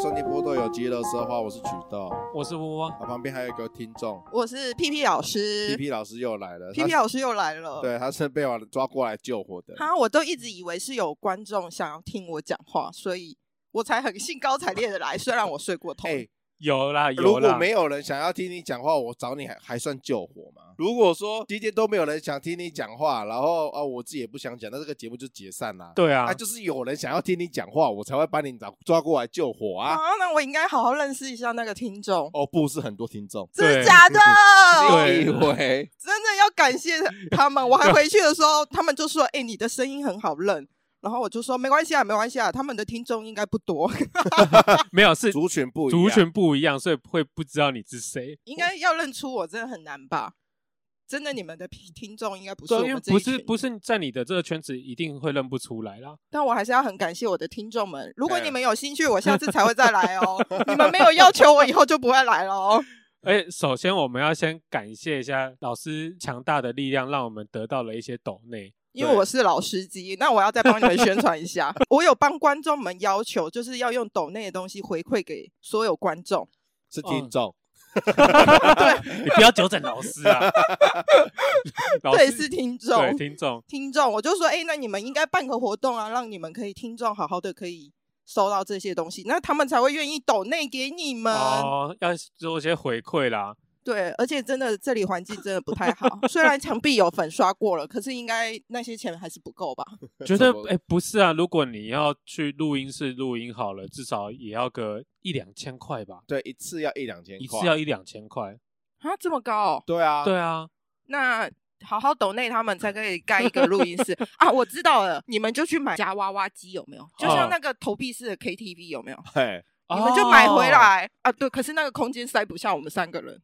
收听波豆有机乐色话，我是曲豆，我是窝窝，啊，旁边还有一个听众我是屁屁老皮师，皮老师又来了，屁屁老师又来了。他，对，他是被我抓过来救火的，哈，我都一直以为是有观众想要听我讲话，所以我才很兴高采烈的来。虽然我睡过头，哎，有啦如有果啦，没有人想要听你讲话，我找你还还算救火吗？如果说今天都没有人想听你讲话，然后啊我自己也不想讲，那这个节目就解散啦。对啊，啊，就是有人想要听你讲话，我才会把你找抓过来救火啊啊。，那我应该好好认识一下那个听众，哦，不是很多听众，真的哦对假的？你对以为真的要感谢他们。我还回去的时候，他们就说：“哎、你的声音很好认。”然后我就说：“没关系啊，没关系啊，他们的听众应该不多，没有是族群不一样，族群不一样，所以会不知道你是谁。应该要认出我，真的很难吧？真的，你们的听众应该不是我对，因为们这一不是群不是在你的这个圈子一定会认不出来啦。但我还是要很感谢我的听众们。如果哎嗯你们有兴趣，我下次才会再来哦。 你们没有要求，我以后就不会来了哦。而且哎首先我们要先感谢一下老师强大的力量，让我们得到了一些抖内。因为我是老司机，那我要再帮你们宣传一下。我有帮观众们要求，就是要用抖内的东西回馈给所有观众。是听嗯众，你不要纠正老师啊，老对，师是听对众，听众，听众，我就说，哎、那你们应该办个活动啊，让你们可以听众好好的可以收到这些东西，那他们才会愿意抖内给你们。哦，要做一些回馈啦。对，而且真的这里环境真的不太好，虽然墙壁有粉刷过了，可是应该那些钱还是不够吧？觉得什么哎、不是啊，如果你要去录音室录音好了，至少也要个一两千块吧，对，一次要一两千块，一次要一两千块。啊，这么高、哦？对啊，对啊，那好好抖内他们才可以盖一个录音 室啊！我知道了，你们就去买夹娃娃机有没有？就哦像那个投币式的 KTV 有没有？嘿，你们就买回哦。来、啊！对，可是那个空间塞不下我们三个人，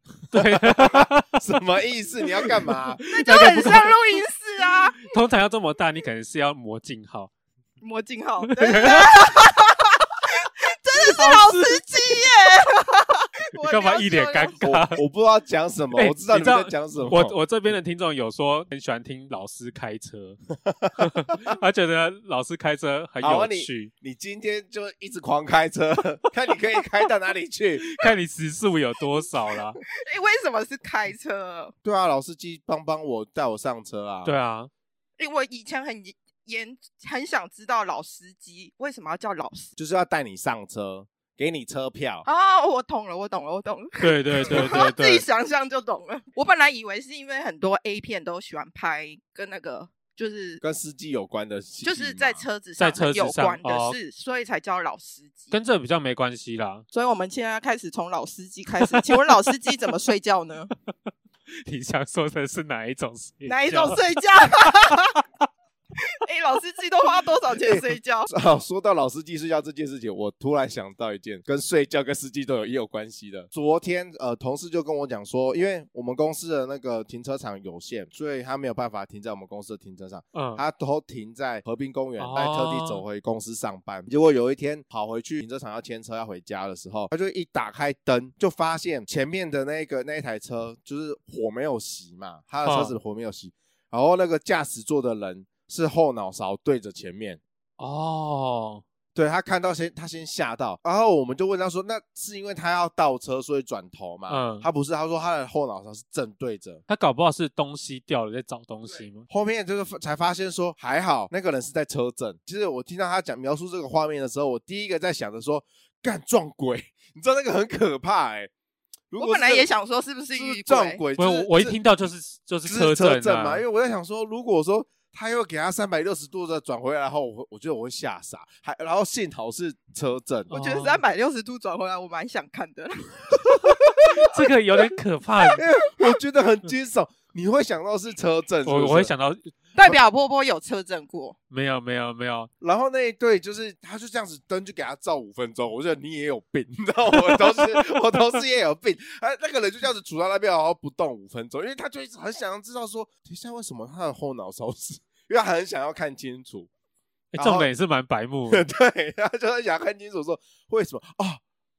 什么意思？你要干嘛？那就很像录音室啊！ 通常要这么大，你可能是要魔镜 号。 魔镜 号，对真的啊是老司机 耶！你我干嘛了一脸解尴了尬？我我不知道讲什么，哎我知道你你知道们在讲什么。我我这边的听众有说很喜欢听老师 开车，他觉得老师开车很好有啊你趣，你今天就一直狂开车， 看你可以开到哪里去。 看你时速有多少啦。哎，为什么是开车？对啊，老司机帮帮我，带我上车啊。对，啊，因为我以前很严，很想知道老司机为什么要叫老司就是要带你上车，给你车票。啊、我懂了，我懂了，我懂了。对对对 对 自对，己想象就懂了。我本来以为是因为很多 A 片都喜欢拍跟那个就是跟司机有关的戏嘛，就是在车子在上车子有上关哦的事，所以才叫老司机。跟这比较没关系啦。所以我们现在开始从老司机开始，请问老司机怎么睡觉呢？你想说的是哪一种 睡觉？哪一种睡觉？ 哎、老司机都花多少钱 睡觉？哦， 说到老司机睡觉这件事情，我突然想到一件跟睡觉跟司机都有也有关系的。昨天呃，同事就跟我讲说，因为我们公司的那个停车场有限，所以他没有办法停在我们公司的停车场，嗯，他都停在河滨公园哦，带特地走回公司上班。结果有一天跑回去停车场要牵车要回家的时候，他就一打开灯，就发现前面的那个那一台车就是火没有熄嘛，他的车嗯子火没有熄，然后那个驾驶座的人是后脑勺对着前面。哦，对他看到先，他先吓到，然后我们就问他说：“那是因为他要倒车，所以转头嘛？”嗯他不是，他说他的后脑勺是正对着。他搞不好是东西掉了在找东西吗？后面就是发才发现说，还好那个人是在车震。其实我听到他讲描述这个画面的时候，我第一个在想着说，干撞鬼， 你知道那个很可怕哎、如我果本来是也想说是不是就遇是撞鬼？鬼，我就是我我一是听到就是就是就是车震震啊嘛，因为我在想说，如果说他又给他三百六十度的转回来，然后我会我觉得我会吓傻，还然后幸好是车震，我觉哦得三百六十度转回来，我蛮想看的。 这个有点可怕。因为我觉得 很惊悚。你会想到是车震，是我不是我会，想到代表波波有车震过，没有没有没有，然后那一对就是他就这样子灯就给他照五分钟，我觉得你也有病，你知道我同事我同事也有病，哎，那个人就这样子杵到那边，然后不动五分钟，因为他就一直很想要知道说，等一下为什么他的后脑勺是，因为他很想要看清楚，哎然这后种人也是蛮白目的。对，他就很想看清楚说为什么哦，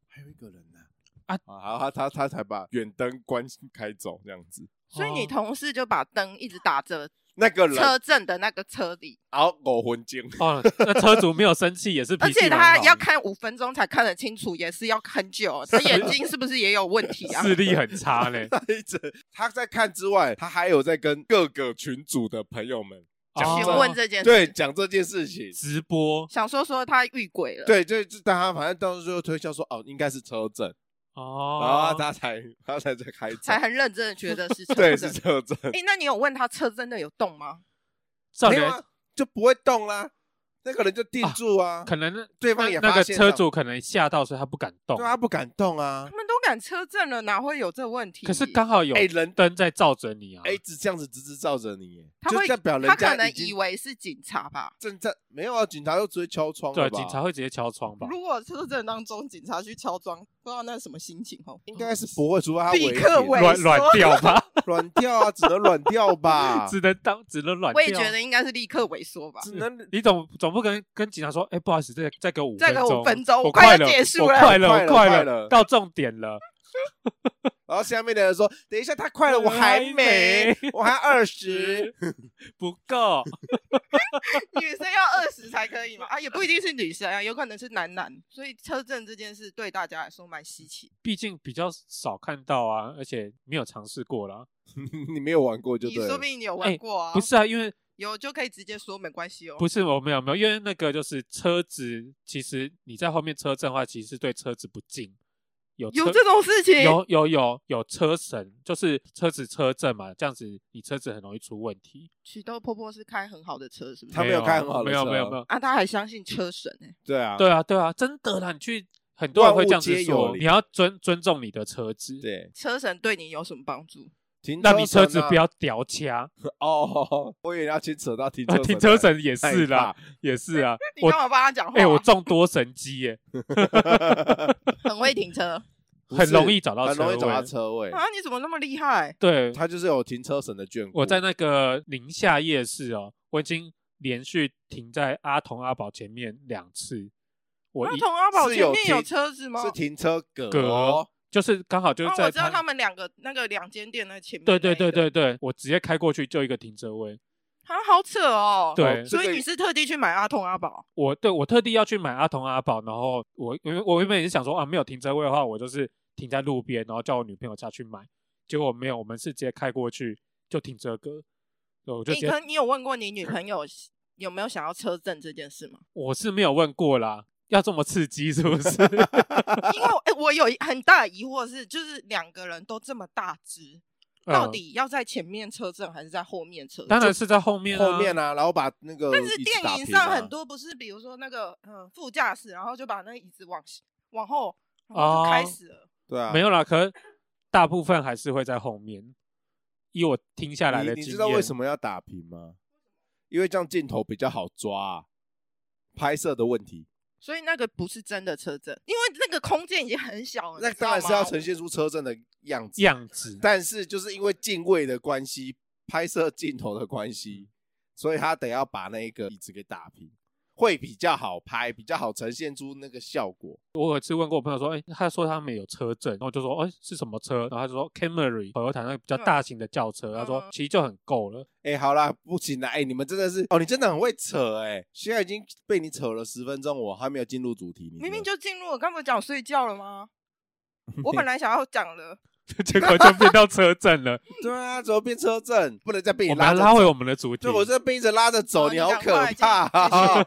还有一个人呢、啊，啊然后他他他才把远灯关开走这样子，所以哦你同事就把灯一直打着，那个人车震的那个车里，熬狗魂精，，哦，那车主没有生气也是而脾气且蛮好的，他要看五分钟才看得清楚，也是要很久。哦他眼睛是不是也有问题啊？视力很差嘞 他一直他在看之外，他还有在跟各个群组的朋友们询哦问这件事，对讲这件事情。直播想说说他遇鬼了。对，就就大家反正到最后推销说哦，应该是车震，然后啊哦，他才他才在开才车，很认真的觉得是车对，是震。车震，哎、那你有问他车真的有动吗？照没理有来啊，就不会动啦，那个人就定住啊，可能那对方也那发个现车到主可能吓到，所以他不敢动对。他不敢动啊他，们都敢车震了，哪会有这问题？可是刚好有哎人灯在照着你啊，哎，一直这样子直直照着你耶，他就会代表人他家可能已经以为是警察吧。正在没有啊，警察就直接敲窗对啊了，警察吧？会直接敲窗吧？如果车震当中警察去敲窗，不知道那是什么心情哦。应该是不会，除非他立违刻停违软软掉吧，软掉啊，只能软掉 吧，只能当只能软掉。我也觉得应该是立刻萎缩吧。只能你总总不可能跟警察说，哎，不好意思，再再给我五再给我钟，五分钟我我快快要结束我了快了，快我了快了，了到重点了。然后下面的人说：“等一下，他快了，我还没，我还二十。不够， 女生要二十才可以嘛？啊，也不一定是女生啊，有可能是男男。所以车震这件事对大家来说蛮稀奇。毕竟比较少看到啊，而且没有尝试过啦。”你没有玩过就你对说了不。定你有玩过啊？不是啊，因为有就可以直接说没关系哦。不是我没有没有，因为那个就是车子，其实你在后面车震的话，其实是对车子不敬。有车有这种事情？有有有有车神，就是车子车震嘛，这样子你车子很容易出问题。许豆婆婆是开很好的车，是不是她？没有开很好的没有车没有没有，啊，她还相信车神哎、对啊，对啊对啊，真的啦，你去很多人会这样子万物皆有说，灵你要尊尊重你的车子，对，车神对你有什么帮助？，停让你车子神啊不要屌掐。哦。我以为要牵扯到停 啊车，停车，神也害是啦怕，也是 啊你我干嘛帮他讲话、哎我中多神机耶， 很会停车不是很容易找到很车容位易，找到车位。啊！你怎么那么厉害？对，他就是有停车神的眷顾。我在那个宁夏夜市哦，我已经连续停在阿童阿宝前面两次。我阿一童阿宝是前有面停有车子吗？是停车格格哦，就是刚好就是啊，在我知道他们两个那个两间店那前面。对对对，对对，我直接开过去就一个停车位。啊，好扯哦。对这所以个你是特地去买阿童阿宝？我对我特地要去买阿童阿宝，然后我因为我原本也是想说啊，没有停车位的话，我就是停在路边，然后叫我女朋友下去买。结果没有，我们是直接开过去就停车格。对，我就你直接可你有问过你女朋友有没有想要车震这件事吗？ 我是没有问过啦，要这么刺激是 嗯不是？因为哎、我有一很大的疑惑是，就是两个人都这么大只，到嗯底要在前面车震还是在后面车震？当然是在后面、啊，后面啊，然后把那个但是椅子电打影平上啊很多不是，比如说那个嗯副驾驶，然后就把那椅子往往后，然后就开哦始了。对啊，没有啦，可大部分还是会在后面。以我听下来的你经你验，知道为什么要打平吗？因为这样镜头比较好抓、啊，拍摄的问题。所以那个不是真的车震，因为那个空间已经很小了。那哦你知当然道是要吗呈现出车震的样子，样 子？但是就是因为敬畏的关系，拍摄镜头的关嗯系，所以他得要把那个椅子给打平，会比较好拍，比较好呈现出那个效果。我有次问过我朋友说，哎、他说他们有车震，然后我就说，哎、是什么车？然后他就说 Camry，口头谈那个比较大型的轿车，他说嗯其实就很够了。 哎、好啦，不行啦，哎、你们真的是哦，你真的很会扯哎、现在已经被你扯了十分钟，我还没有进入主题，你明明就就进入，我刚不是讲睡觉了吗？我 本来想要讲了，结果就变到车震了。对啊，怎么变车震？不能再被你我们要着拉回我们的主题对，。我这被一直拉着走，好你哦你好赶可快怕、啊！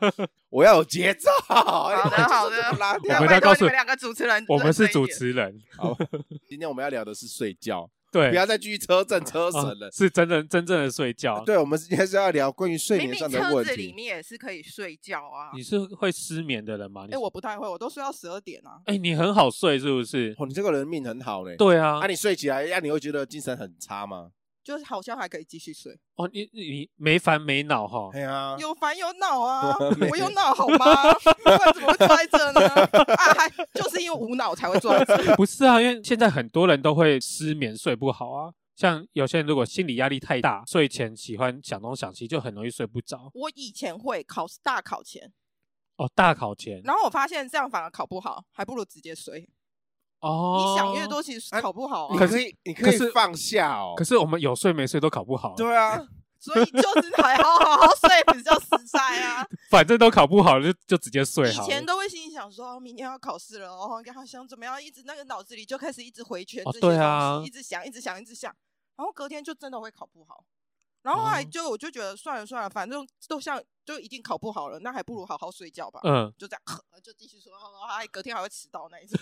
我要有节奏。哎好好的好的拉我掉们。拜要托告你诉们两个主持人，我们是认真主一点。持人，好，今天我们要聊的是睡觉，对，不要再继续车震车神啊了。是真正真正的睡觉。对，我们今天是要聊关于睡明眠明上的车问子里题。面也是可以睡觉啊。你是会失眠的人吗？你哎、我不太会，我都睡到十二点啊。哎、你很好睡是不是？哦，你这个人命很好嘞。对啊，啊，你睡起来，呀，你会觉得精神很差吗？就是好像还可以继续睡，哦，你你你没烦没恼哈。哎呀，哦有烦有恼啊，我有恼好吗？不然怎么会坐在这呢？啊，还就是因为无脑才会坐在这。 不是啊，因为现在很多人都会失眠，睡不好啊。像有些人如果心理压力太大，睡前喜欢想东想西，就很容易睡不着。我以前会考试大考前，哦，大考前然后我发现这样反而考不好，还不如直接睡。哦，你想越。多，其实考不好、啊。你可可以，你可可以是放下哦 可。是我们有睡没睡都考不好，对啊，所以就是还好好好睡比较实在 啊。反正都考不好就就直接睡好了。以前都会心里想说，哦明天要考试了，哦，然后想怎么样，一直那个脑子里就开始一直回圈哦这些东对西，啊一直想，一直想，一直想，然后隔天就真的会考不好。然后后来哦就我就觉得算了算了，反正都像就一定考不好了，那还不如好好睡觉吧。嗯，就这样， 就继续说，然后还隔天还会迟到那一种，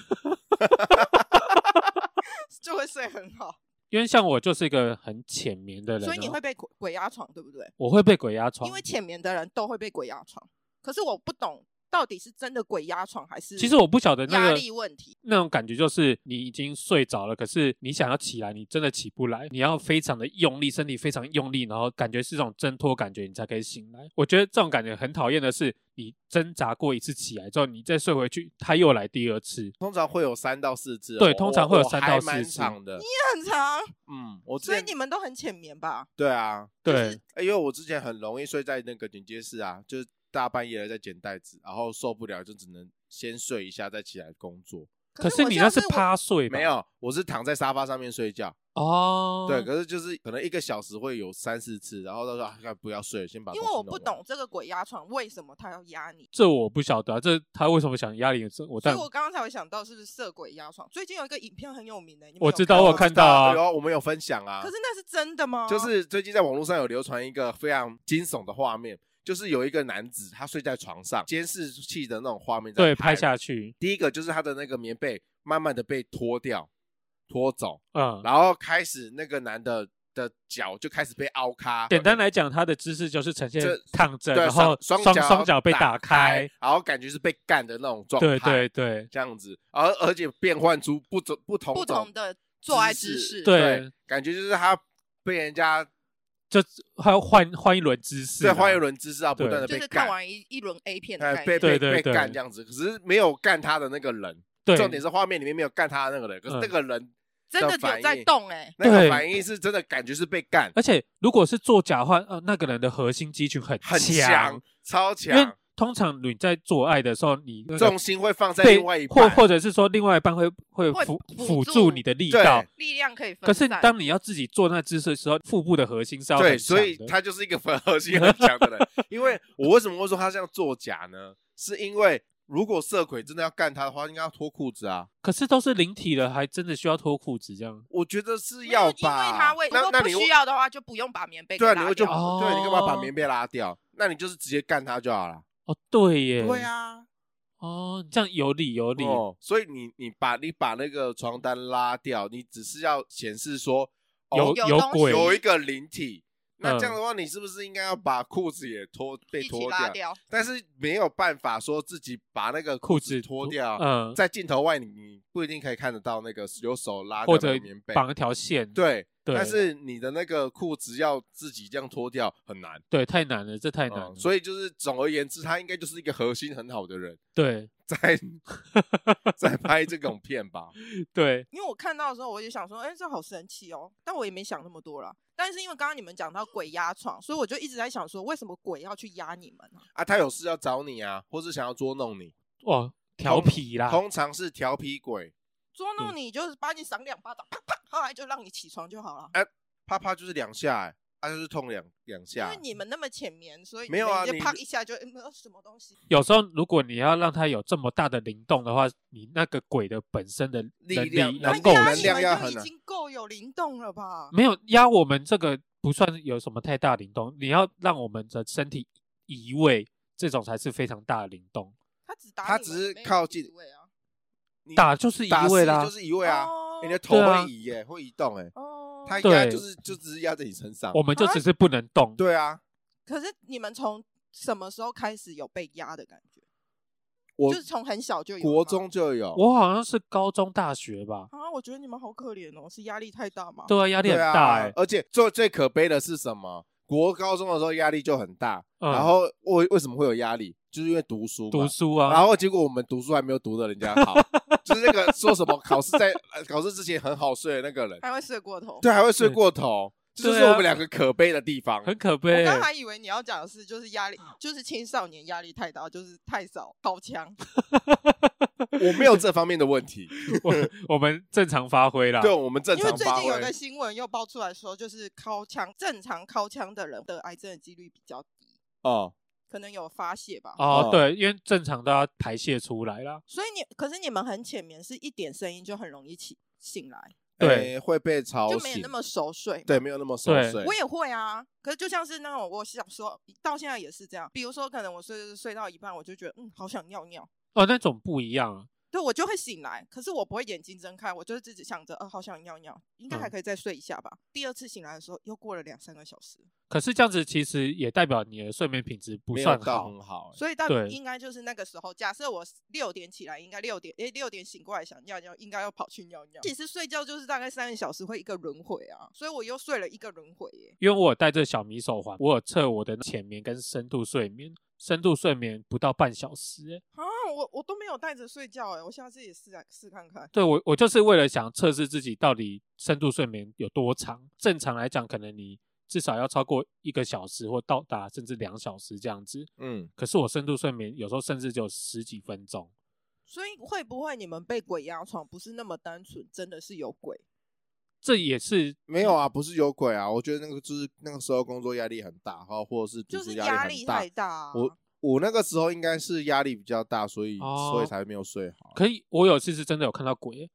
就会睡很好。因为像我就是一个很浅眠的人啊，所以你会被鬼鬼压床，对不对？我会被鬼压床因为。浅眠的人都会被鬼压床，可是我不懂到底是真的鬼压床还是其实我不晓得那压个力问题。那种感觉，就是你已经睡着了，可是你想要起来，你真的起不来，你要非常的用力，身体非常用力，然后感觉是一种挣脱感觉，你才可以醒来。我觉得这种感觉很讨厌的是，你挣扎过一次起来之后，你再睡回去，它又来第二次。通常会有三到四只哦，对我通常会有我三还到四蛮只长的，很长，嗯，我之所以前你们都很浅眠吧？对啊，对，因为我之前很容易睡在那个警戒室啊，就是大半夜的在剪带子，然后受不了就只能先睡一下再起来工作。可是你要那是趴睡吧？没有，我是躺在沙发上面睡觉，哦，对，可是就是可能一个小时会有三四次，然后他说啊，干不要睡了，先把因东西为弄我完。不懂这个鬼压床为什么他要压你，这我不晓得、啊，这他为什么想压力？这我所以但我刚刚才会想到是不是色鬼压床。最近有一个影片很有名的、你们我有知啊，道吗我看到啊有我们有分享啊，可是哦那是真的吗？就是最近在网络上有流传一个非常惊悚的画面，就是有一个男子他睡在床上，监视器的那种画面在对拍拍下去，第一个就是他的那个棉被慢慢的被脱掉、脱走，嗯，然后开始那个男的的脚就开始被凹咖。简单来讲，他的姿势就是呈现这躺着，对，然后双双脚双脚被打打开，，然后感觉是被干的那种状态，对对对这样子，而而且变换出不同不同不种同的做爱姿势，对感觉就是他被人家就还要换换一轮姿势在啊，换一轮姿势啊，不对断的就被是看干，完一一轮 A 片的哎概被念。对被对被对干这样子，可是没有干他的那个人，对，重点是画面里面没有干他的那个人，可是嗯那个人真的的反有在应动哎、那个对反应是真的感觉是被干，而且如果是做假的话，呃，那个人的核心肌群很很强，超因为强，通常你在做爱的时候，你那个重心会放在被另外一或半，或者是说另外一半会会会辅辅辅助助你的力对道。力量可以分可是散当你要自己做那姿势的时候，腹部的核心是要对，很所以强的他就是一个粉核心很强的人。 因为我为什么会说他这样作假呢？是因为如果色鬼真的要干他的话，应该要脱裤子啊。可是都是灵体了，还真的需要脱裤子这样。我觉得是没有要因为吧他会，。如那果那不你需要的话，就不用把棉被给对啊，拉你会就掉掉对，你干嘛把哦棉被拉掉？那你就是直接干他就好了。哦，对耶，对，啊，嗯哦，这样有理有理，哦，所以你你把你把那个床单拉掉，你只是要显示说哦有有有东西鬼，有一个灵体。那嗯这样的话，你是不是应该要把裤子也脱被一起脱拉掉？掉。但是没有办法说自己把那个裤子子脱掉，嗯，在镜头外你你不一定可以看得到那个有手拉或掉者的棉被，绑一条线，对，对，但是你的那个裤子要自己这样脱掉很难，对太难了，这太难了，嗯所以就是总而言之，他应该就是一个核心很好的人，对在 在拍这种片吧。 对，因为我看到的时候，我就想说，哎、这好神奇哦！但我也没想那么多啦。但是因为刚刚你们讲到鬼压床，所以我就一直在想说，为什么鬼要去压你们呢、啊，他有事要找你啊，或是想要捉弄你，哇，调皮啦，通常是调皮鬼，捉弄嗯你就是把你赏两巴掌，啪啪，后来就让你起床就好了。啪啪就是两下、欸，他、就是痛两两因下为。你们那么浅眠，所啊以没有啊你们你就啪一下就、嗯呃什么东西。有时候如果你要让它有这么大的灵动的话，你那个鬼的本身的力能量力能能够够压压能你量要们很就啊嗯已经够有灵动了吧？没有压我们这个不算有什么太大灵动，你要让我们的身体移位，这种才是非常大的灵动，他只打你他们，只是没有靠地近位啊。你打就是移打位死啦，就是移位啊，哦欸你的头对啊会移耶、会移动哎、哦，他压对就是就只是压在你身上。我们就只是不能动，啊对啊，可是你们从什么时候开始有被压的感觉？我就是从很小就有了吗。国中就有，我好像是高中大学吧，啊，我觉得你们好可怜哦，是压力太大吗？对啊，压力对很大啊哎、，而且最最可悲的是什么？国高中的时候压力就很大，嗯然后为为什么会有压力？就是因为读书嘛，读书啊，然后结果我们读书还没有读的人家 好，就是那个说什么考试在呃考试之前很好睡的那个人，还会睡过头。对，还会睡过头，这就是对啊我们两个可悲的地方。很可我悲欸、刚还以为你要讲的是，就是压力，就是青少年压力太大，就是太少掏枪。我没有这方面的问 题，我嗯我们正常发挥啦。对我们正因为常最发近有一挥个。新闻又爆出来说，就是掏枪，正常掏枪的人得癌症的几率比较低，哦，可能有发泄吧。哦，哦对，因为正常都要排泄出来啦。所以你，可是你们很浅眠，是一点声音就很容易起醒来，对诶会被吵就没有醒那，么熟睡。对，没有那么熟对睡我。也会啊，可是就像是那种，我想说，到现在也是这样。比如说，可能我睡睡到一半，我就觉得嗯，好想尿尿，哦，那种不一样啊。对我就会醒来。可是我不会眼睛睁开，我就是自己想着，呃，好想尿尿，应该还嗯可以再睡一下吧。第二次醒来的时候，又过了两三个小时，可是这样子其实也代表你的睡眠品质不没有算到好很好，所以到对应该就是那个时候。假设我六点起来，应该六点，诶，六点醒过来想尿尿，应该要跑去尿尿。其实睡觉就是大概三个小时会一个轮回啊，所以我又睡了一个轮回耶。因为我有戴这小米手环，我有测我的浅眠跟深度睡眠，深度睡眠不到半小时欸、啊，我我都没有带着睡觉哎，我下次也试来试看看。对我，我就是为了想测试自己到底深度睡眠有多长。正常来讲，可能你至少要超过一个小时，或到达甚至两小时这样子。嗯，可是我深度睡眠有时候甚至只有十几分钟。所以会不会你们被鬼压床不是那么单纯，真的是有鬼？这也是没有啊，不是有鬼啊，我觉得那个就是那个时候工作压力很大，哈，或者是读就书是压压力力很大太。大、啊。我我那个时候应该是压力比较大，所以哦所以才没有睡好。可以，我有一次是真的有看到鬼，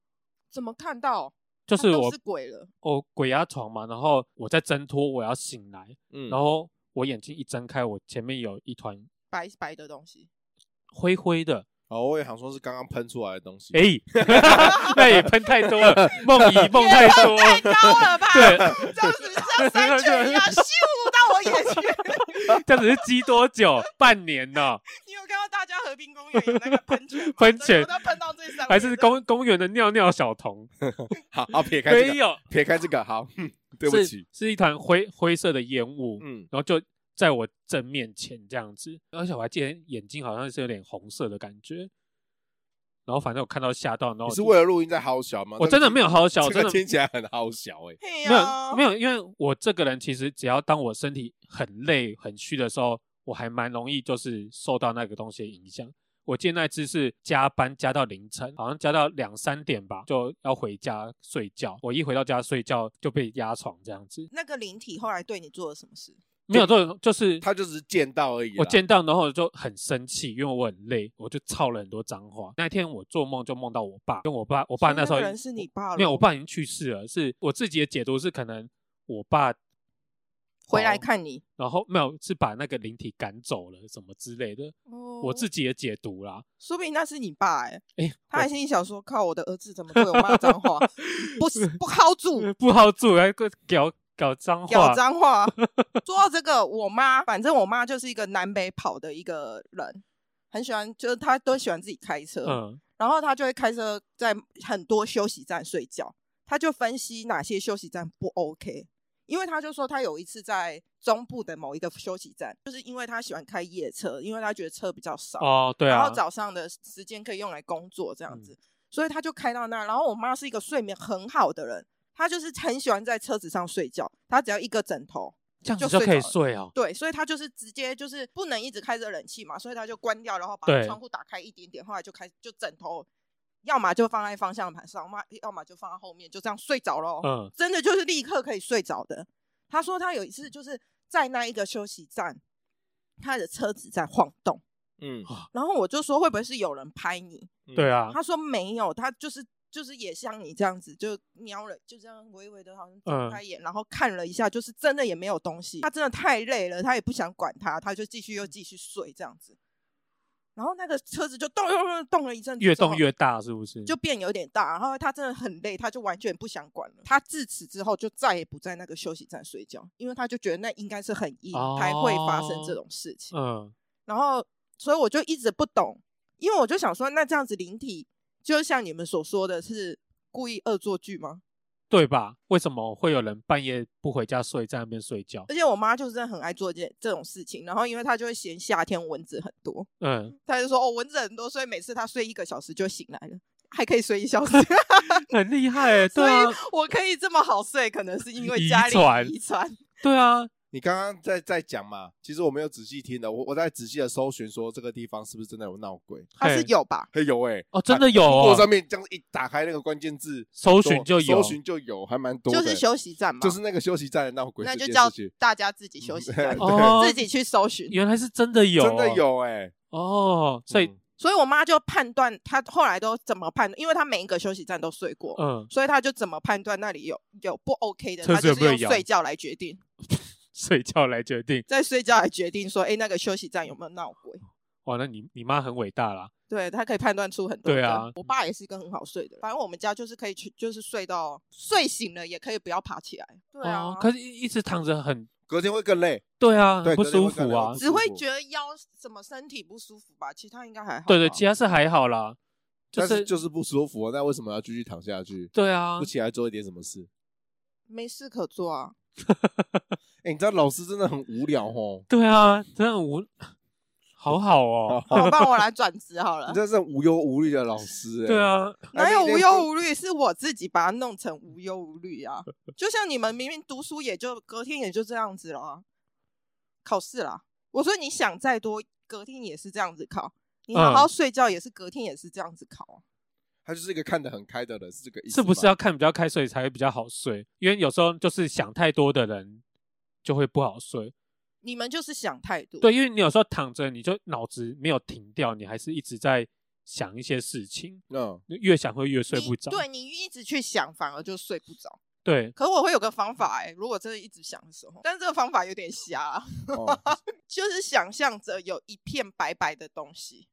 怎么看到？就他是都我是鬼了，我鬼压床嘛，然后我在挣脱，我要醒来，嗯然后我眼睛一睁开，我前面有一团白白的东西。灰灰的，哦，我也想说是刚刚喷出来的东 西。哎，那也喷太多了，梦遗梦太多太高了，了吧？对这样子像三拳一样咻到我眼去。这只是积多久？半年呢？ 你有看到大家和平公园有那个喷泉吗？喷泉我都喷到最上面，还是公公园的尿尿小童？好好撇开这没个，有，撇开这个，好，嗯对不是起，，是一团灰灰色的烟雾，嗯，然后就在我正面前这样子，而且我还记得眼睛好像是有点红色的感觉。然后反正我看到吓到，然后你我是哦就为了录音在好小吗？我真的没有好这笑，个真的听起来很好小哎。嘿没呀、有没有，因为我这个人其实只要当我身体很累很虚的时候，我还蛮容易就是受到那个东西的影响。我记得那次是加班加到凌晨，好像加到两三点吧，就要回家睡觉。我一回到家睡觉就被压床这样子，那个灵体后来对你做了什么事？没有这种就是他就只是见到啊而已啦。我见到，然后我就很生气，因为我很累，我就操了很多脏话。那天我做梦就梦到我爸，跟我爸，我爸所以时候那个人是你爸了没有，我爸已经去世了。是我自己的解读是可能我爸回来哦看你，然后没有是把那个灵体赶走了什么之类的，哦我自己也解读啦。说不定那是你爸哎、哎，他我还心里想说：“靠，我的儿子怎么对我骂脏 话，不是不靠住，不好做，还给我搞搞脏话讲，脏话。”说到这个，我妈，反正我妈就是一个南北跑的一个人，很喜欢，就是她都喜欢自己开车，嗯，然后她就会开车在很多休息站睡觉，她就分析哪些休息站不 OK。因为她就说，她有一次在中部的某一个休息站，就是因为她喜欢开夜车，因为她觉得车比较少，哦，对然啊后，早上的时间可以用来工作这样嗯子，所以他就开到那。然后我妈是一个睡眠很好的人，她就是很喜欢在车子上睡觉，她只要一个枕头，这样子就就睡可以着了睡哦。对，所以她就是直接就是不能一直开着冷气嘛，所以她就关掉，然后把对窗户打开一点点，后来就开就枕头，要么就放在方向盘上，嘛要么就放在后面，就这样睡着喽。嗯，真的就是立刻可以睡着的。她说她有一次就是在那一个休息站，她的车子在晃动，嗯，然后我就说会不会是有人拍你？对啊，他说没有，他就是就是也像你这样子，就瞄了，就这样微微的，好像睁嗯开眼，然后看了一下，就是真的也没有东西。他真的太累了，他也不想管他，他就继续嗯又继续睡这样子。然后那个车子就动动动动了一阵子之后，越动越大是不是？就变有点大。然后他真的很累，他就完全不想管了。他自此之后就再也不在那个休息站睡觉，因为他就觉得那应该是很硬、才会发生这哦种事情。嗯，然后，所以我就一直不懂，因为我就想说，那这样子灵体，就像你们所说的是故意恶作剧吗？对吧？为什么会有人半夜不回家睡，在那边睡觉？而且我妈就是真的很爱做这这种事情，然后因为她就会嫌夏天蚊子很多，嗯，她就说哦蚊子很多，所以每次她睡一个小时就醒来了。还可以睡一小时， 很厉害欸，对所啊，以我可以这么好睡，可能是因为遗家传里遗传。 对啊，你刚刚在在讲嘛，其实我没有仔细听的，我我在仔细的搜寻说这个地方是不是真的有闹鬼？它是嘿有吧？嘿，有哎、哦，真的有我哦，上面这样一打开那个关键字，搜寻就有搜，寻就有，还蛮多就的，是休息站嘛，就是那个休息站的闹鬼那这就件叫事情，大家自己休 息站，哦自己去搜寻。原来是真的有，真的有哎、哦，所以嗯所以我妈就判断，她后来都怎么判断？因为她每一个休息站都睡过，嗯，所以她就怎么判断那里有有不 OK 的，车她子有就没有是用摇睡觉来决定，睡觉来决定。在睡觉来决定说，哎，那个休息站有没有闹鬼？哇，那你你妈很伟大啦，对，她可以判断出很多。对啊，我爸也是一个很好睡的人，反正我们家就是可以去，就是睡到睡醒了也可以不要爬起来。对啊，哦，可是一一直躺着很，隔天会更累，对啊，对很不隔天舒会感服觉啊到，只会舒服觉得腰什么身体不舒服吧，其他应该还好吧。对对，其他是还好啦，就啊但是是就是不舒服、啊，那为什么要继续躺下去？对啊不，起来做一点什么事？没事可 做啊。哎、你知道老师真的很无聊哦，对啊，真的无，好好哦，好，吧，我来转职好了你。真的是很无忧无虑的老师、欸。对，啊，哪有无忧无虑？是我自己把它弄成无忧无 虑啊！就像你们明明读书也就隔天也就这样子了啊，考试啦。我说你想再多，隔天也是这样子考；你好好嗯睡觉也是隔天也是这样子考啊。他就是一个看得很开的人，是这个意思是吗？不是要看比较开，所以才会比较好睡？因为有时候就是想太多的人就会不好睡。你们就是想太多。对，因为你有时候躺着，你就脑子没有停掉，你还是一直在想一些事情，嗯，越想会越睡你不着。对你一直去想，反而就睡不着。对可我会有个方法哎、如果真的一直想的时候，但这个方法有点瞎、啊， 哦，就是想象着有一片白白的东西，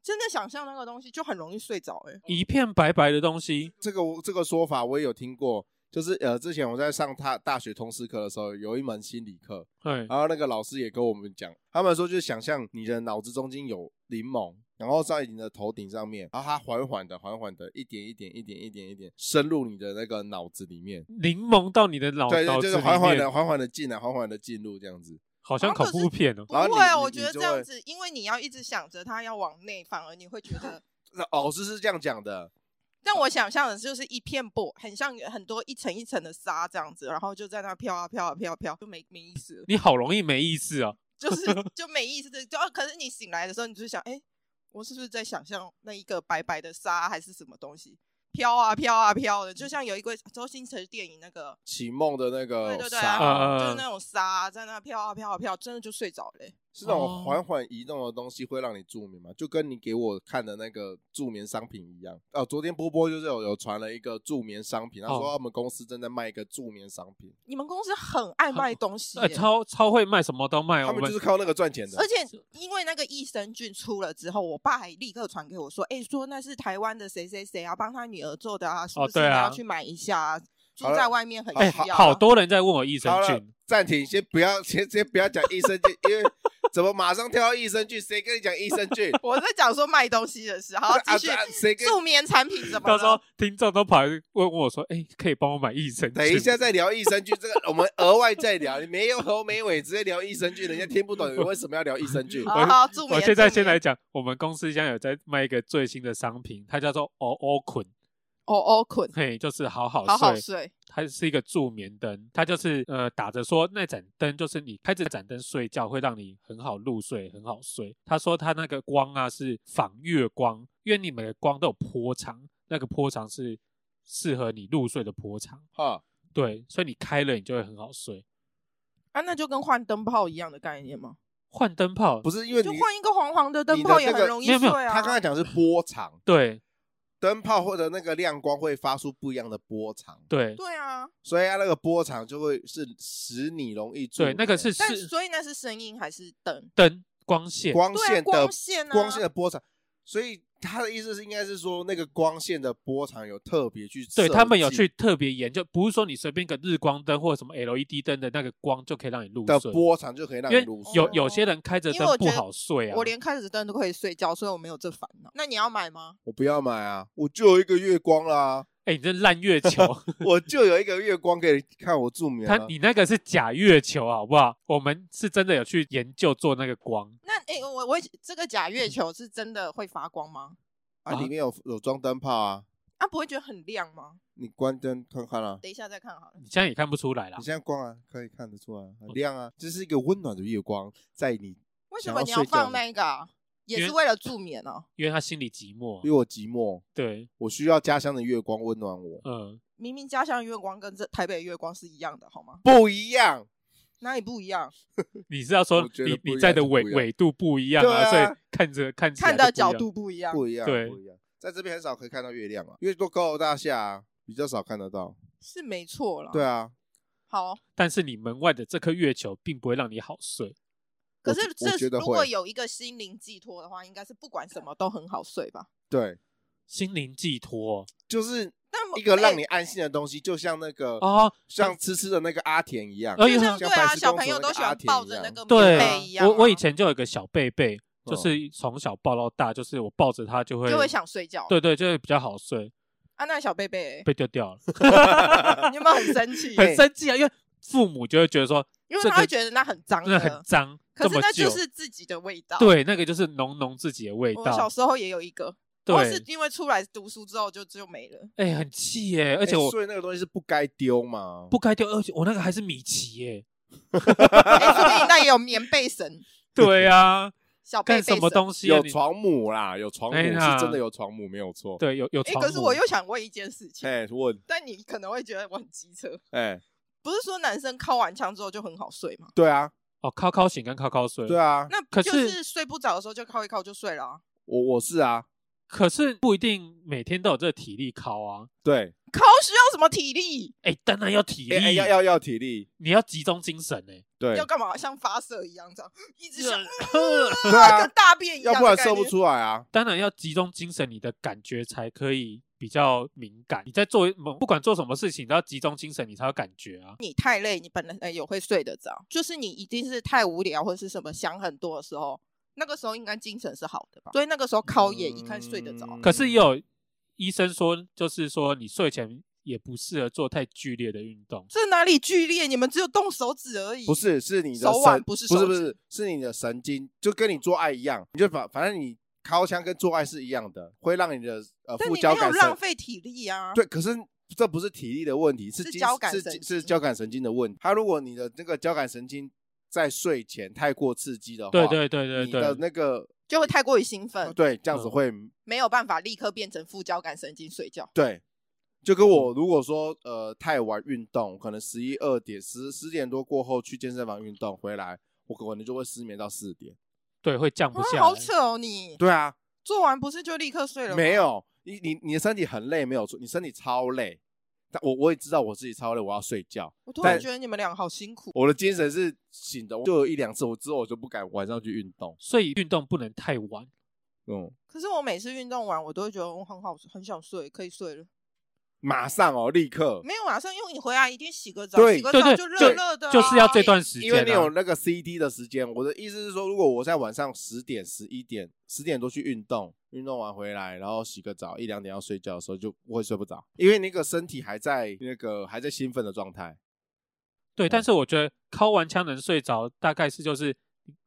真的想象那个东西就很容易睡着哎、一片白白的东西，这个我这个说法我也有听过，就是呃，之前我在上他大学通识课的时候，有一门心理课，对，然后那个老师也跟我们讲，他们说就是想象你的脑子中间有柠檬，然后在你的头顶上面，然后它缓缓的、缓缓的，一点一点、一点一点、一点深入你的那个脑子里面，柠檬到你的脑对，哦脑就子是里缓缓面的、，缓缓的进来，缓缓的进入这样子。好像然恐后可怖是片哦。不然后会你啊，你我你觉得就这样会子，因为你要一直想着它要往内，反而你会 觉得。那老师是这样讲的，但我想象的就是一片布，很像很多一层一层的沙这样子，然后就在那飘啊飘啊飘啊飘，就没没意思了，你好容易没意思啊！就是 就没意思的。就、啊、可是你醒来的时候，你就想，哎、我是不是在想象那一个白白的沙还是什么东西飘啊飘啊飘的？就像有一个周星驰电影那个，启梦的那对个对对沙，啊啊，就是嗯那种沙在那飘啊飘啊飘，真的就睡着了欸、是那哦种缓缓移动的东西会让你助眠吗？就跟你给我看的那个助眠商品一样。哦，昨天波波就是有有传了一个助眠商品，他说哦他们公司正在卖一个助眠商品，你们公司很爱卖 东西、呃，欸，超超会卖，什么都哎卖哦。他我们们就是靠那个赚钱的而。且因为那个益生菌出了之后，我爸还立刻传给我说：“哎、说那是台湾的谁谁谁啊，帮他女儿做的啊，是不是对你啊要去买一下、啊？住好了在外面很哎，需好要啊、好多人在问我益生好了菌，，暂停，先不要，先先不要讲益生菌， 因为怎么马上跳到益生菌？谁跟你讲益生菌？我在讲说卖东西的事， 好， 啊继续啊谁跟？助眠产品 怎么到时候了？听众都跑来问问我说：“哎，可以帮我买益生菌？”等一下再聊益生菌，这个我们额外再聊。你没有头没尾，直接聊益生菌，人家听不懂你为什么要聊益生菌。好好助眠。我现在助眠先来讲，我们公司现在有在卖一个最新的商品，它叫做 O O 捆，哦哦困，嘿，就是好好睡，好好睡，它是一个助眠灯，它就是呃打着说那盏灯就是你开着那盏灯睡觉会让你很好入睡，很好睡。他说他那个光啊是仿月光，因为你每个光都有波长，那个波长是适合你入睡的波长，哈，对，所以你开了你就会很好睡。啊，那就跟换灯泡一样的概念吗？换灯泡不是因为就你换一个黄黄的灯你的泡也那个很容易没有没睡有啊。他刚才讲是波长，对灯泡或者那个亮光会发出不一样的波长，对对啊，所以它那个波长就会是使你容易助对眠，那个是但是所以那是声音还是灯？灯光线，光对啊，线的光线啊，光线的波长，所以他的意思是应该是说那个光线的波长有特别去对设他们有计去特别研究，不是说你随便一个日光灯或者什么 LED 灯的那个光就可以让你入的睡，波长就可以因让你为入睡，有有些人开着因为灯我不觉得好睡啊。我连开着灯都可以睡觉，所以我没有这烦恼。那你要买吗？我不要买啊，我就有一个月光啦，哎、你这烂月 球，我就有一个月光给你看我助眠他啊。你那个是假月球，啊好不好？我们是真的有去研究做那个光，那诶、我我这个假月球是真的会发光吗？啊，里面有有装灯泡啊，啊，不会觉得很亮吗？你关灯看看啊。等一下再看好了。你现在也看不出来啦你。现在光啊，可以看得出来，很哦亮啊，这是一个温暖的月光，在你，为什想么要你睡觉放那个啊？也因是为为了助眠哦。因为他心里寂寞啊因为。我寂寞，对，我需要家乡的月光温暖我。嗯，明明家乡的月光跟这台北的月光是一样的，好吗？不一样，哪里不一样？你是要说我觉得你不一你样在的就不纬一样纬度不一样对啊所以看着看起来看的就不一样角度不一样。不一样，对不一样。在这边很少可以看到月亮啊，因为都高楼大厦啊，比较少看得到。是没错啦。对，啊，好，哦但是你门外的这颗月球并不会让你好睡。可我是觉我这觉得如果会，有一个心灵寄托的话，应该是不管什么都很好睡吧？对，心灵寄托就是但我一个让哎你安心的东西，就像那个哦，像吃吃的那个阿田一样，哎就呦像对像啊，白雪小公朋主友那都个喜阿欢田抱一着那样个对棉啊被一样啊。我我以前就有个小贝贝，就哦是从小抱到大，就是我抱着它就会就会想睡觉。对对，就会比较好睡。啊，那小贝贝，被丢掉了， 你有没有很生气？很生气啊，因为父母就会觉得说因为这他会个觉得那很脏真的很的，脏，可这是么那久就，是自己的味道。，对，那个就是浓浓自己的味我小道，时候也有一个，我是对，因为出来读书之后就就没了。哎，很气耶， 而而且我所以那个东西是不该丢嘛，不该丢，而且我那个还是米奇 耶，哎，说不定那也有棉被神，对啊，小贝干贝什么神东西啊有你床母啦，有床母哎呀是真的有床母没有错。对，有有哎、床母，可是我又想问一件事情，哎，问但你可能会觉得我很机车，哎，不是说男生靠完枪之后就很好睡吗？对啊，哦，靠靠醒跟靠靠睡，对啊，那可就是是睡不着的时候就靠一靠就睡了、啊，我我是啊，可是不一定每天都有这个体力靠啊，对，靠需要什么体力？哎，当然要体哎哎力，要要要体力，你要集中精神哎，对要，干嘛？像发射一样这样，一啊直想 对啊跟，大便一样要的不然概射不念。出来啊。当然要集中精神，你的感觉才可以比较敏感。你在做某不管做什么事情，都要集中精神，你才有感觉啊。你太累，你本来呃有会睡得着，就是你一定是太无聊或是什么想很多的时候，那个时候应该精神是好的吧？所以那个时候靠夜一看睡得着，嗯可是也有医生说，就是说你睡前也不适合做太剧烈的运动。这哪里剧烈？你们只有动手指而已。不是，是你的嗯手腕神不是不是手不指是，是你的神经，就跟你做爱一样，你就反反正你掏枪跟做爱是一样的，会让你的呃但副你交没有感浪神费体力啊。对，可是这不是体力的问题，是是精交感是神精经是交感神经的问题。它如果你的那个交感神经在睡前太过刺激的话，对对对对你的对，那个就会太过于兴奋，哦对这样子嗯会、没有办法立刻变成副交感神经睡觉。对。就跟我如果说呃太晚运动，可能十一二点十十点多过后去健身房运动回来，我可能就会失眠到四点。对会降不啊，下来。好扯哦你！对啊，做完不是就立刻睡了吗？没，有，你你你的身体很累，没有错，你身体超累。但我我也知道我自己超累，我要睡觉。我突然但觉得你们俩好辛苦。我的精神是醒的，就有一两次，我之后我就不敢晚上去运动。所以运动不能太晚。嗯，可是我每次运动完，我都会觉得我很好，很想睡，可以睡了。马上哦，立刻，没有啊马上，因为你回来一定洗个澡，对洗个对澡对就就热热的啊、就是要这段时因间、啊，为你有那个 CD 的时间。我的意思是说，如果我在晚上十点、十一点、十点多去运动，运动完回来，然后洗个澡，一两点要睡觉的时候，就不会睡不着，因为那个身体还在那个还在兴奋的状态。嗯对，但是我觉得敲完枪能睡着，大概是就是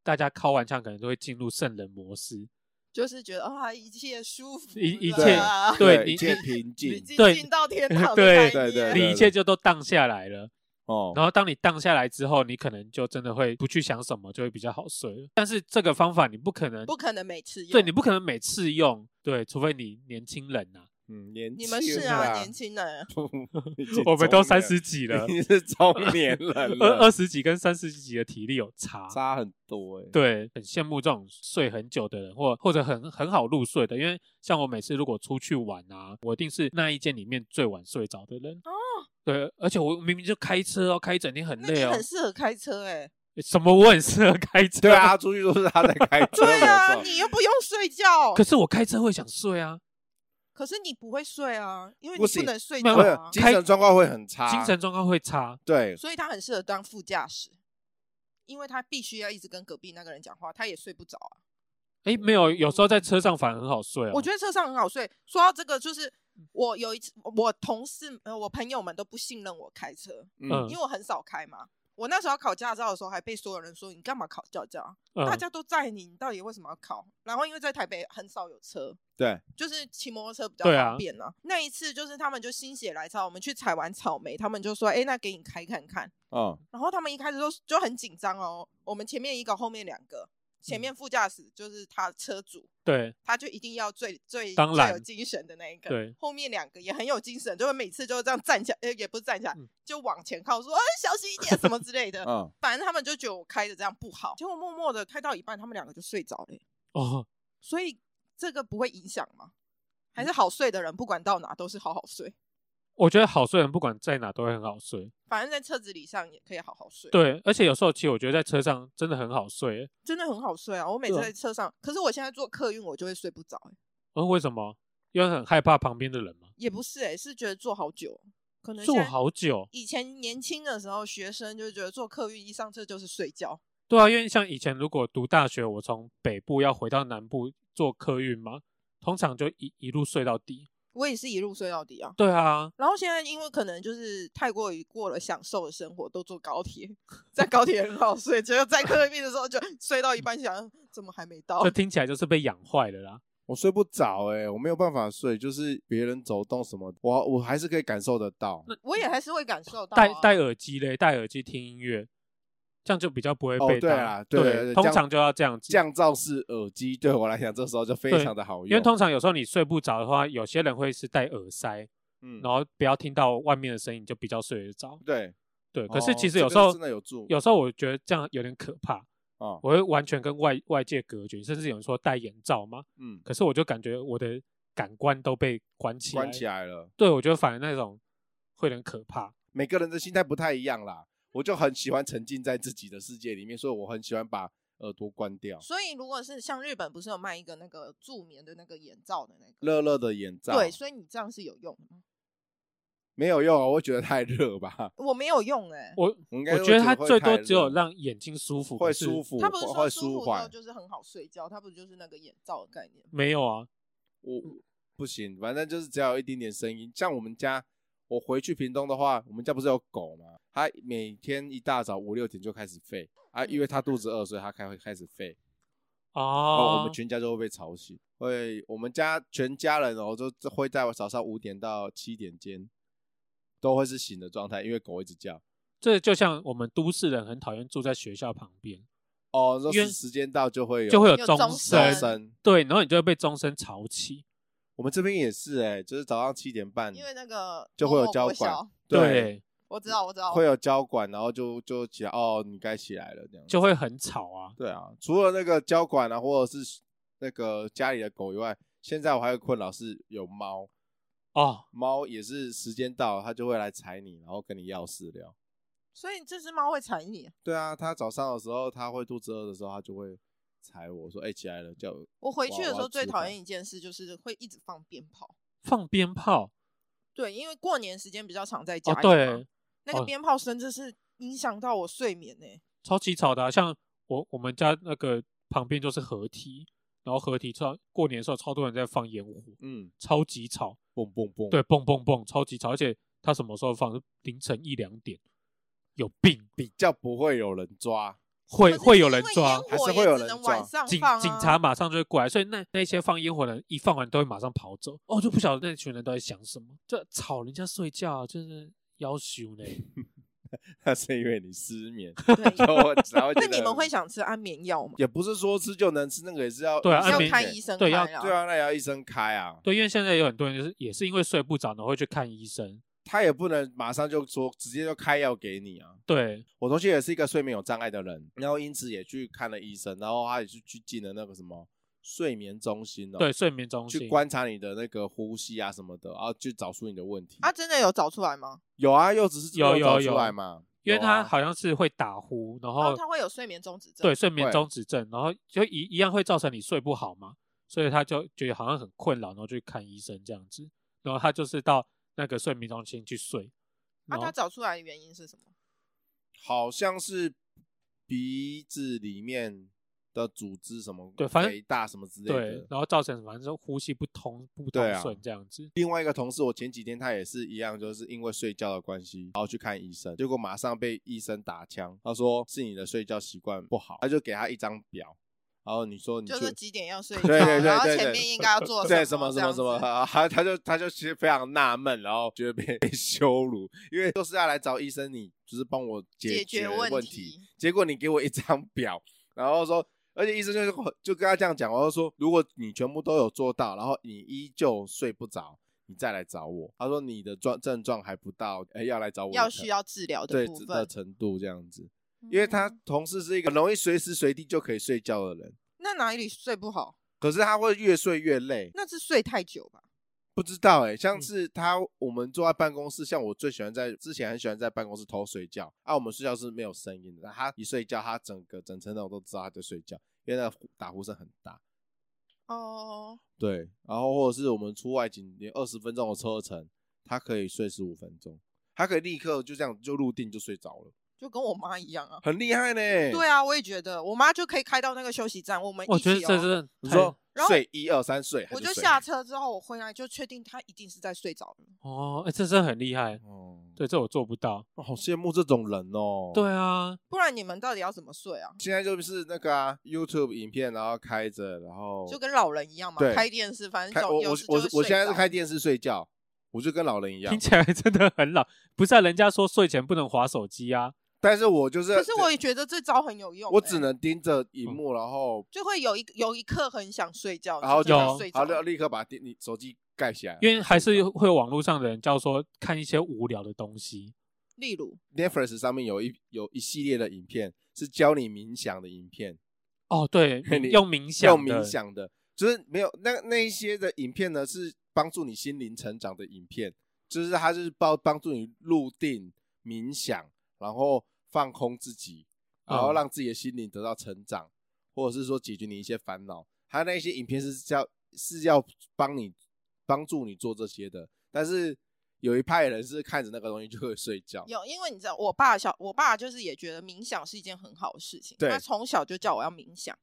大家敲完枪可能都会进入圣人模式，就是觉得啊，一切舒服了，啊一一切对你一切你平你静进对进 到天堂的对概念对对你一切就都荡下来了。哦。然后当你荡下来之后，你可能就真的会不去想什么，就会比较好睡了。但是这个方法你不可能，不可能每次用。对你不可能每次用，对，除非你年轻人啊呐、嗯，年你们轻是啊，年轻人，已经我们中都年三十 几了，呃你是中年 人二二了，十几跟三十几的体力有差。差很多哎、对，很羡慕这种睡很久的人，或或者很很好入睡的，因为像我每次如果出去玩啊，我一定是那一间里面最晚睡着的人。哦，对，而且我明明就开车哦，开一整天很那你累哦，很适合开车哎、 什么我很适合开车，对啊，，他出去都是他在开车，对没啊，错你又不用睡 觉，可是我开车会想睡啊，可是你不会睡啊，因为不你行不能睡没着有没有啊，精神状况会很差，啊精神状况会差。对所以他很适合当副驾驶，因为他必须要一直跟隔壁那个人讲话，他也睡不着啊。诶，没有，有时候在车上反而很好睡哦。我觉得车上很好睡。说到这个，就是我有一次，我同事呃，我朋友们都不信任我开车，嗯嗯因为我很少开嘛。我那时候考驾照的时候，还被所有人说你干嘛考驾照？大嗯家都载你，你到底为什么要考？然后因为在台北很少有车，对，就是骑摩托车比较对啊方便啊。那一次就是他们就心血来潮，我们去采完草莓，他们就说：“哎、那给你开看看。”嗯，然后他们一开始都就很紧张哦，我们前面一个，后面两个，嗯前面副驾驶就是他车主，对，他就一定要最最当最有然精神的那一个，对后面两个也很有精神，就会每次就这样站起来，呃，也不是站起来，嗯就往前靠，说，哎，小心一点什么之类的。嗯，反正他们就觉得我开的这样不好，结果默默的开到一半，他们两个就睡着了耶。欸哦，所以这个不会影响吗？还嗯是好睡的人，不管到哪都是好好睡，我觉得好睡人不管在哪都会很好睡。反正在车子里上也可以好好睡。对，而且有时候其实我觉得在车上真的很好睡欸，真的很好睡啊！我每对次啊在车上，可是我现在坐客运我就会睡不着、欸，嗯，为什么？因为很害怕旁边的人嘛，也不是哎、是觉得坐好久，可能坐现在好久。以前年轻的时候，学生就觉得坐客运一上车就是睡觉，对啊，因为像以前如果读大学，我从北部要回到南部坐客运嘛，通常就一一路睡到底。我也是一路睡到底啊。对啊，然后现在因为可能就是太过于过了享受的生活，都坐高铁，在高铁很好睡，结果在客运的时候就睡到一半想怎么还没到这，听起来就是被养坏了啦。我睡不着哎、我没有办法睡，就是别人走动什么，我我还是可以感受得到。我也还是会感受到、啊。戴戴耳机嘞，戴耳机听音乐，这样就比较不会哦被对打啊对对对通这样常就要这样子。降噪式耳机对我来讲，这时候就非对常的好用，因为通常有时候你睡不着的话，有些人会是戴耳塞，嗯然，后不要听到外面的声音，你就比较睡得着。对，对，可是哦其实这有个时候、真的有助有时候我觉得这样有点可怕，哦，我会完全跟外外界隔绝，甚至有人说戴眼罩嘛，嗯，可是我就感觉我的感官都被关起来，关起。来了。对，我觉得反而那种会有点可怕。每个人的心态不太一样啦，我就很喜欢沉浸在自己的世界里面，所以我很喜欢把耳朵关掉。所以如果是像日本不是有卖一个那个助眠的那个眼罩的那个，乐啊乐的眼罩，对，所以你这样是有用的吗？没有用啊，我会觉得太热吧。 我没有用哎、我我应该我会觉得它会最太多只有热让眼睛舒服，会可是舒服，他不是会说会舒舒服之后缓，嗯就是很好睡觉，他不就是那个眼罩的概念吗？没有啊？我不行，反正就是只要有一点点声音。像我们家，我回去屏东的话，我们家不是有狗吗？它每天一大早五六点就开始吠啊，因为它肚子饿，所以它开会开始吠，然后哦，我们全家就会被吵醒。会，我们家全家人哦，就就会在早上五点到七点间，都会是醒的状态，因为狗一直叫。这就像我们都市人很讨厌住在学校旁边，哦，说因为是时间到就会有就会有有钟钟噪声，声声。对，然后你就会被钟声吵起。我们这边也是哎、就是早上七点半，因为那个就会有某某交国管小，对，我知道，我知道，会有交管，然后就就起来哦，你该起来了这样。就会很吵啊。对啊，除了那个交管啊，或者是那个家里的狗以外，现在我还有困扰是有猫，哦，猫也是时间到了它就会来踩你，然后跟你要饲料。所以这只猫会踩你。对啊，它早上的时候它会肚子饿的时候，它就会踩我说：“哎、起来了，叫我。我回去哇的时我要候最吃讨饭厌一件事就是会一直放鞭炮。放鞭炮对，因为过年时间比较常在家哦里，嘛，对，那个哦鞭炮声真是影响到我睡眠呢、超级吵的啊、像我我们家那个旁边就是河堤，然后河堤超过年的时候超多人在放烟火，嗯，超级吵，蹦蹦蹦。对，，蹦蹦蹦，超级吵，而且他什么时候放？是凌晨一两点，有病，比较不会有人抓。会可是会是有因人为抓烟，还火是也会有只人能抓晚上警放警啊察 马上就会过来，所以那那些放烟火的人一放完都会马上跑走。哦，就不晓得那群人都在想什么，就吵人家睡觉，就是要 羞呢。那是因为你失眠，对然 后才会觉那得。你们会想吃安眠药吗？也不是说吃就能吃，那个也是要对啊医生安要眠看给医生对要开啊对啊，那也要医生开啊。对，因为现在有很多人就是也是因为睡不着，然后会去看医生。他也不能马上就说直接就开药给你啊。对，我同学也是一个睡眠有障碍的嗯人，然后因此也去看了医生，然后他也是去进了那个什么睡眠中心哦，对，，睡眠中心去观察你的那个呼吸啊什么的，然后去找出你的问题。啊，真的有找出来吗？有啊，又只是有没找有出来有嘛，因为有啊他好像是会打呼，然然后后他会有睡眠中止症。哦啊对睡眠会中止症，然后就一一样会造成你睡不好嘛，所以他就觉得好像很困扰，然后就去看医生这样子，然后他就是到那个睡眠中心去睡。啊，然后他找出来的原因是什么？好像是鼻子里面的组织什么，对反正大什么之类对的，。然后造成反正呼吸不通不对通啊顺这样子，另外一个同事，我前几天他也是一样，就是因为睡觉的关系，然后去看医生，结果马上被医生打枪，他说是你的睡觉习惯不好，他就给他一张表，然后你说你就是去几点要睡觉，对对对然后对前对面应该要做对什什么么什么什么，这样啊子他他就他就其实非常纳闷，然后觉得被 被羞辱，因为都是要来找医生，你就是帮我解决决问问题题，结果你给我一张表， 然后说。而且医生就是就跟他这样讲，然后说，如果你全部都有做到，然后你依旧睡不着，你再来找我。他说你的状症状还不到，哎，要来找我的要程需要治疗的对部的分，程度这样子。因为他嗯同事是一个很容易随时随地就可以睡觉的人，那哪里睡不好？可是他会越睡越累，那是睡太久吧？不知道哎、像嗯是他，我们坐在办公室，像我最喜欢在之前很喜欢在办公室偷睡觉啊。我们睡觉是没有声音的，但他一睡觉，他整个整层楼都知道他在睡觉，因为那个呼打呼声很大。哦，对，然后或者是我们出外景，连二十分钟的车程，他可以睡十五分钟，他可以立刻就这样就入定就睡着了，就跟我妈一样啊。很厉害呢、对啊，我也觉得，我妈就可以开到那个休息站，我们我一觉得起这哦。是你太说然后睡一二三睡，我就就睡下车之后，我回来就确定她一定是在睡着了。哦，哎，这真的很厉害，哦，对，这我做不到。哦，好羡慕这种人哦。对啊，不然你们到底要怎么睡啊？现在就是那个啊，YouTube 影片，然后开着，然后就跟老人一样嘛哦对，开电视，反正开我总有我时我就会我睡现在是着开电视睡觉，我就跟老人一样听，起来真的很老。不是、啊、人家说睡前不能划手机啊，但是我就是，可是我也觉得这招很有用欸、我只能盯着嗯荧幕，然后就会有一有一刻很想睡觉，然后哦就真的有睡好着立了。立刻把电你手机盖起来，因为还是就睡着会有网络上的人叫说看一些无聊的东西。例如， Netflix 上面有一有一系列的影片是教你冥想的影片，，哦，对 你用冥想，用冥，想的，就是没有那那一些的影片呢，是帮助你心灵成长的影片，就是它就是帮帮助你入定、冥想，然后放空自己，然后嗯让自己的心灵得到成长，或者是说解决你一些烦恼。它那一些影片是叫是要帮你帮助你做这些的，但是有一派人是看着那个东西就会睡觉。有，因为你知道，我爸小，我爸就是也觉得冥想是一件很好的事情，对他从小就叫我要冥想，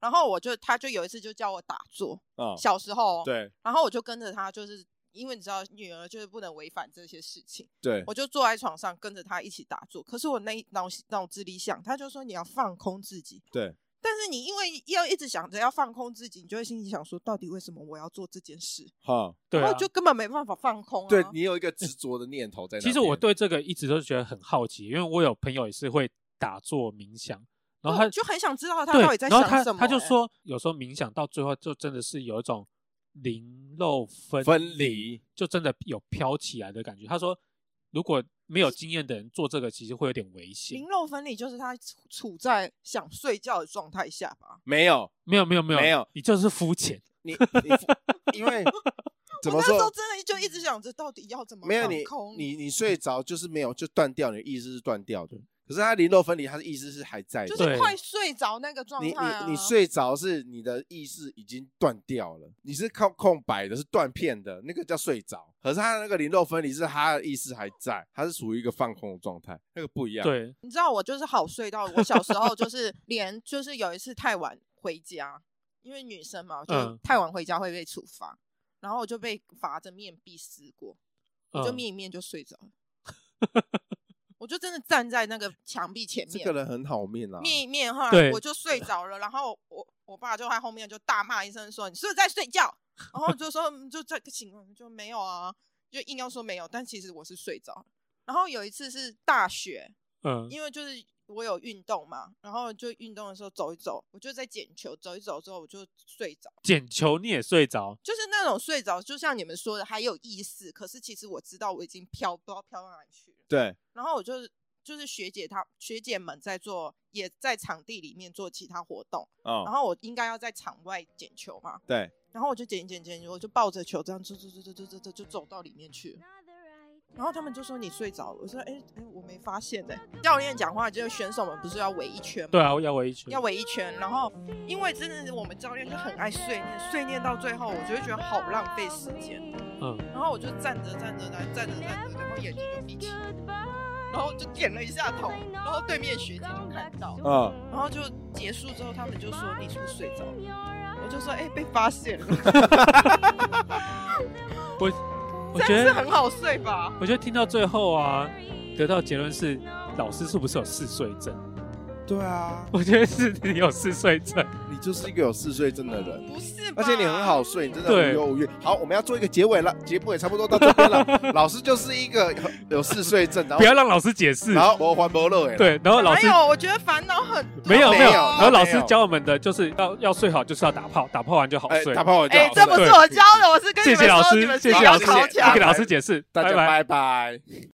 然后我就他就有一次就叫我打坐，啊、小时候哦，对然后我就跟着他，就是因为你知道，女儿就是不能违反这些事情，对我就坐在床上跟着他一起打坐。可是我那一脑脑子里想，他就说你要放空自己，对，但是你因为要一直想着要放空自己，你就会心里想说，到底为什么我要做这件事？哈，对、然啊后，就根本没办法放空、啊。对你有一个执着的念头在那边。其实我对这个一直都觉得很好奇，因为我有朋友也是会打坐冥想，然后对他就很想知道他对到底在然后想他什么他就欸说，有时候冥想到最后就真的是有一种灵肉分分离，就真的有飘起来的感觉。他说，如果没有经验的人做这个，其实会有点危险灵。肉分离就是他处处在想睡觉的状态下吧。没有没有没有没有没有你就是肤浅。 你，你因为怎么我那时候说？嗯真的就一直想着到底要怎么没有放你空，你你睡着就是没有，就断掉，你的意识是断掉的。可是它灵肉分离，它的意识是还在的。就是对快睡着那个状你态、啊你你睡着是你的意识已经断掉了，你是空空白的，是断片的，那个叫睡着。可是它的那个灵肉分离是它的意识还在，它是处于一个放空的状态，那个不一样。，对，你知道我就是好睡到我小时候 就是连就是有一次太晚回家，因为女生嘛，就嗯太晚回家会被处罚，然后我就被罚着面壁思过，我就嗯面一面就睡着了， 我就真的站在那个墙壁前这面，个人很好面啊。面一面后来对我就睡着了，然后我我爸就在后面就大骂一声说：“你是不是在睡觉？”然后我就说：“嗯就在醒了，就没有啊。”就硬要说没有，但其实我是睡着了。然后有一次是大学，嗯，因为就是我有运动嘛，然后就运动的时候走一走，我就在捡球，走一走之后我就睡着，捡球你也睡着，就是那种睡着，就像你们说的还有意思，可是其实我知道我已经飘，不知道飘到哪里去了。对，然后我就是就是学姐她学姐们在做，也在场地里面做其他活动，然哦，后我应该要在场外捡球嘛，对，然后我就捡捡捡，我就抱着球这样走走走走走走走就走到里面去了。然后他们就说你睡着了，我说哎哎我没发现哎、教练讲话就是选手们不是要围一圈吗？对啊，要围一圈，要围一圈，然后因为真的是我们教练就很爱碎念，碎念到最后，我就会觉得好浪费时间。嗯。然后我就站着站着来，站着站着，然后眼睛就闭起来。 Goodbye. 然后就点了一下头，然后对面学姐就看到，嗯，然后就结束之后，他们就说你是不是睡着了？我就说哎、被发现了， 我这觉样是很得，好睡吧？我觉得听到最后啊，得到结论是老师是不是有嗜睡症？ 对啊，我觉得是你有嗜睡症。你就是一个有嗜睡症的人。不是 吧，而且你很好睡，你真的对无忧无虑。好，我们要做一个结尾了，节目也差不多到这 边了。老师就是一个有有嗜睡症，然后不要让老师解释。然后我还不乐哎，，对，然后老哪师有？我觉得烦恼很多没有没没有，有然后老师没有教我们的就是要要睡好，就是要打炮，打炮完就好哎，睡打。炮我就哎、好这不睡是我教的，我是跟你谢们谢老说你师，们谢不谢要老师，吵谢谢架不给老师解释，大拜家拜。拜拜。